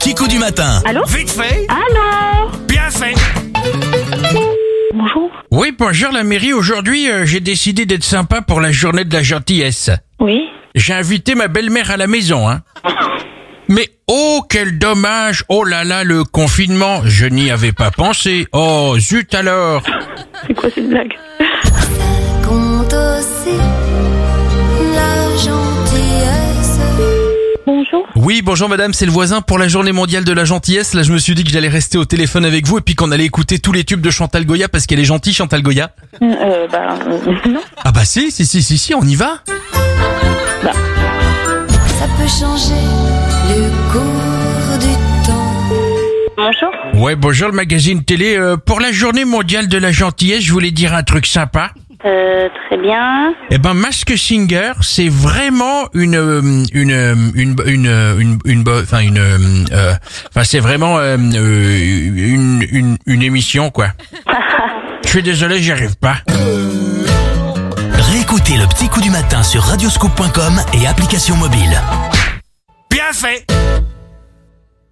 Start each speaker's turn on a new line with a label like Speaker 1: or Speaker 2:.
Speaker 1: Kiko du matin.
Speaker 2: Allô
Speaker 3: Vite fait,
Speaker 2: Allô
Speaker 3: bien fait.
Speaker 2: Bonjour.
Speaker 4: Oui, bonjour la mairie. Aujourd'hui, euh, j'ai décidé d'être sympa pour la journée de la gentillesse.
Speaker 2: Oui.
Speaker 4: J'ai invité ma belle-mère à la maison, hein. Mais oh, quel dommage Oh là là, le confinement Je n'y avais pas pensé. Oh, zut alors
Speaker 2: C'est quoi cette blague
Speaker 5: compte aussi la gentillesse.
Speaker 2: Bonjour.
Speaker 1: Oui, bonjour madame, c'est le voisin pour la journée mondiale de la gentillesse. Là, je me suis dit que j'allais rester au téléphone avec vous et puis qu'on allait écouter tous les tubes de Chantal Goya parce qu'elle est gentille, Chantal Goya.
Speaker 2: Euh, bah, euh, non.
Speaker 1: Ah bah si, si, si, si, si, on y va
Speaker 5: Ça peut changer le cours du temps.
Speaker 2: Bonjour.
Speaker 4: Ouais, bonjour le magazine télé. Euh, pour la journée mondiale de la gentillesse, je voulais dire un truc sympa.
Speaker 2: Euh, très bien.
Speaker 4: Eh ben, Mask Singer, c'est vraiment une euh, une euh, une une euh, une une bo- enfin une euh, euh, enfin c'est vraiment euh, euh, une une une émission quoi. Je suis désolé, j'y arrive pas.
Speaker 1: Réécoutez le petit coup du matin sur radioscoop.com et application mobile.
Speaker 3: Bien fait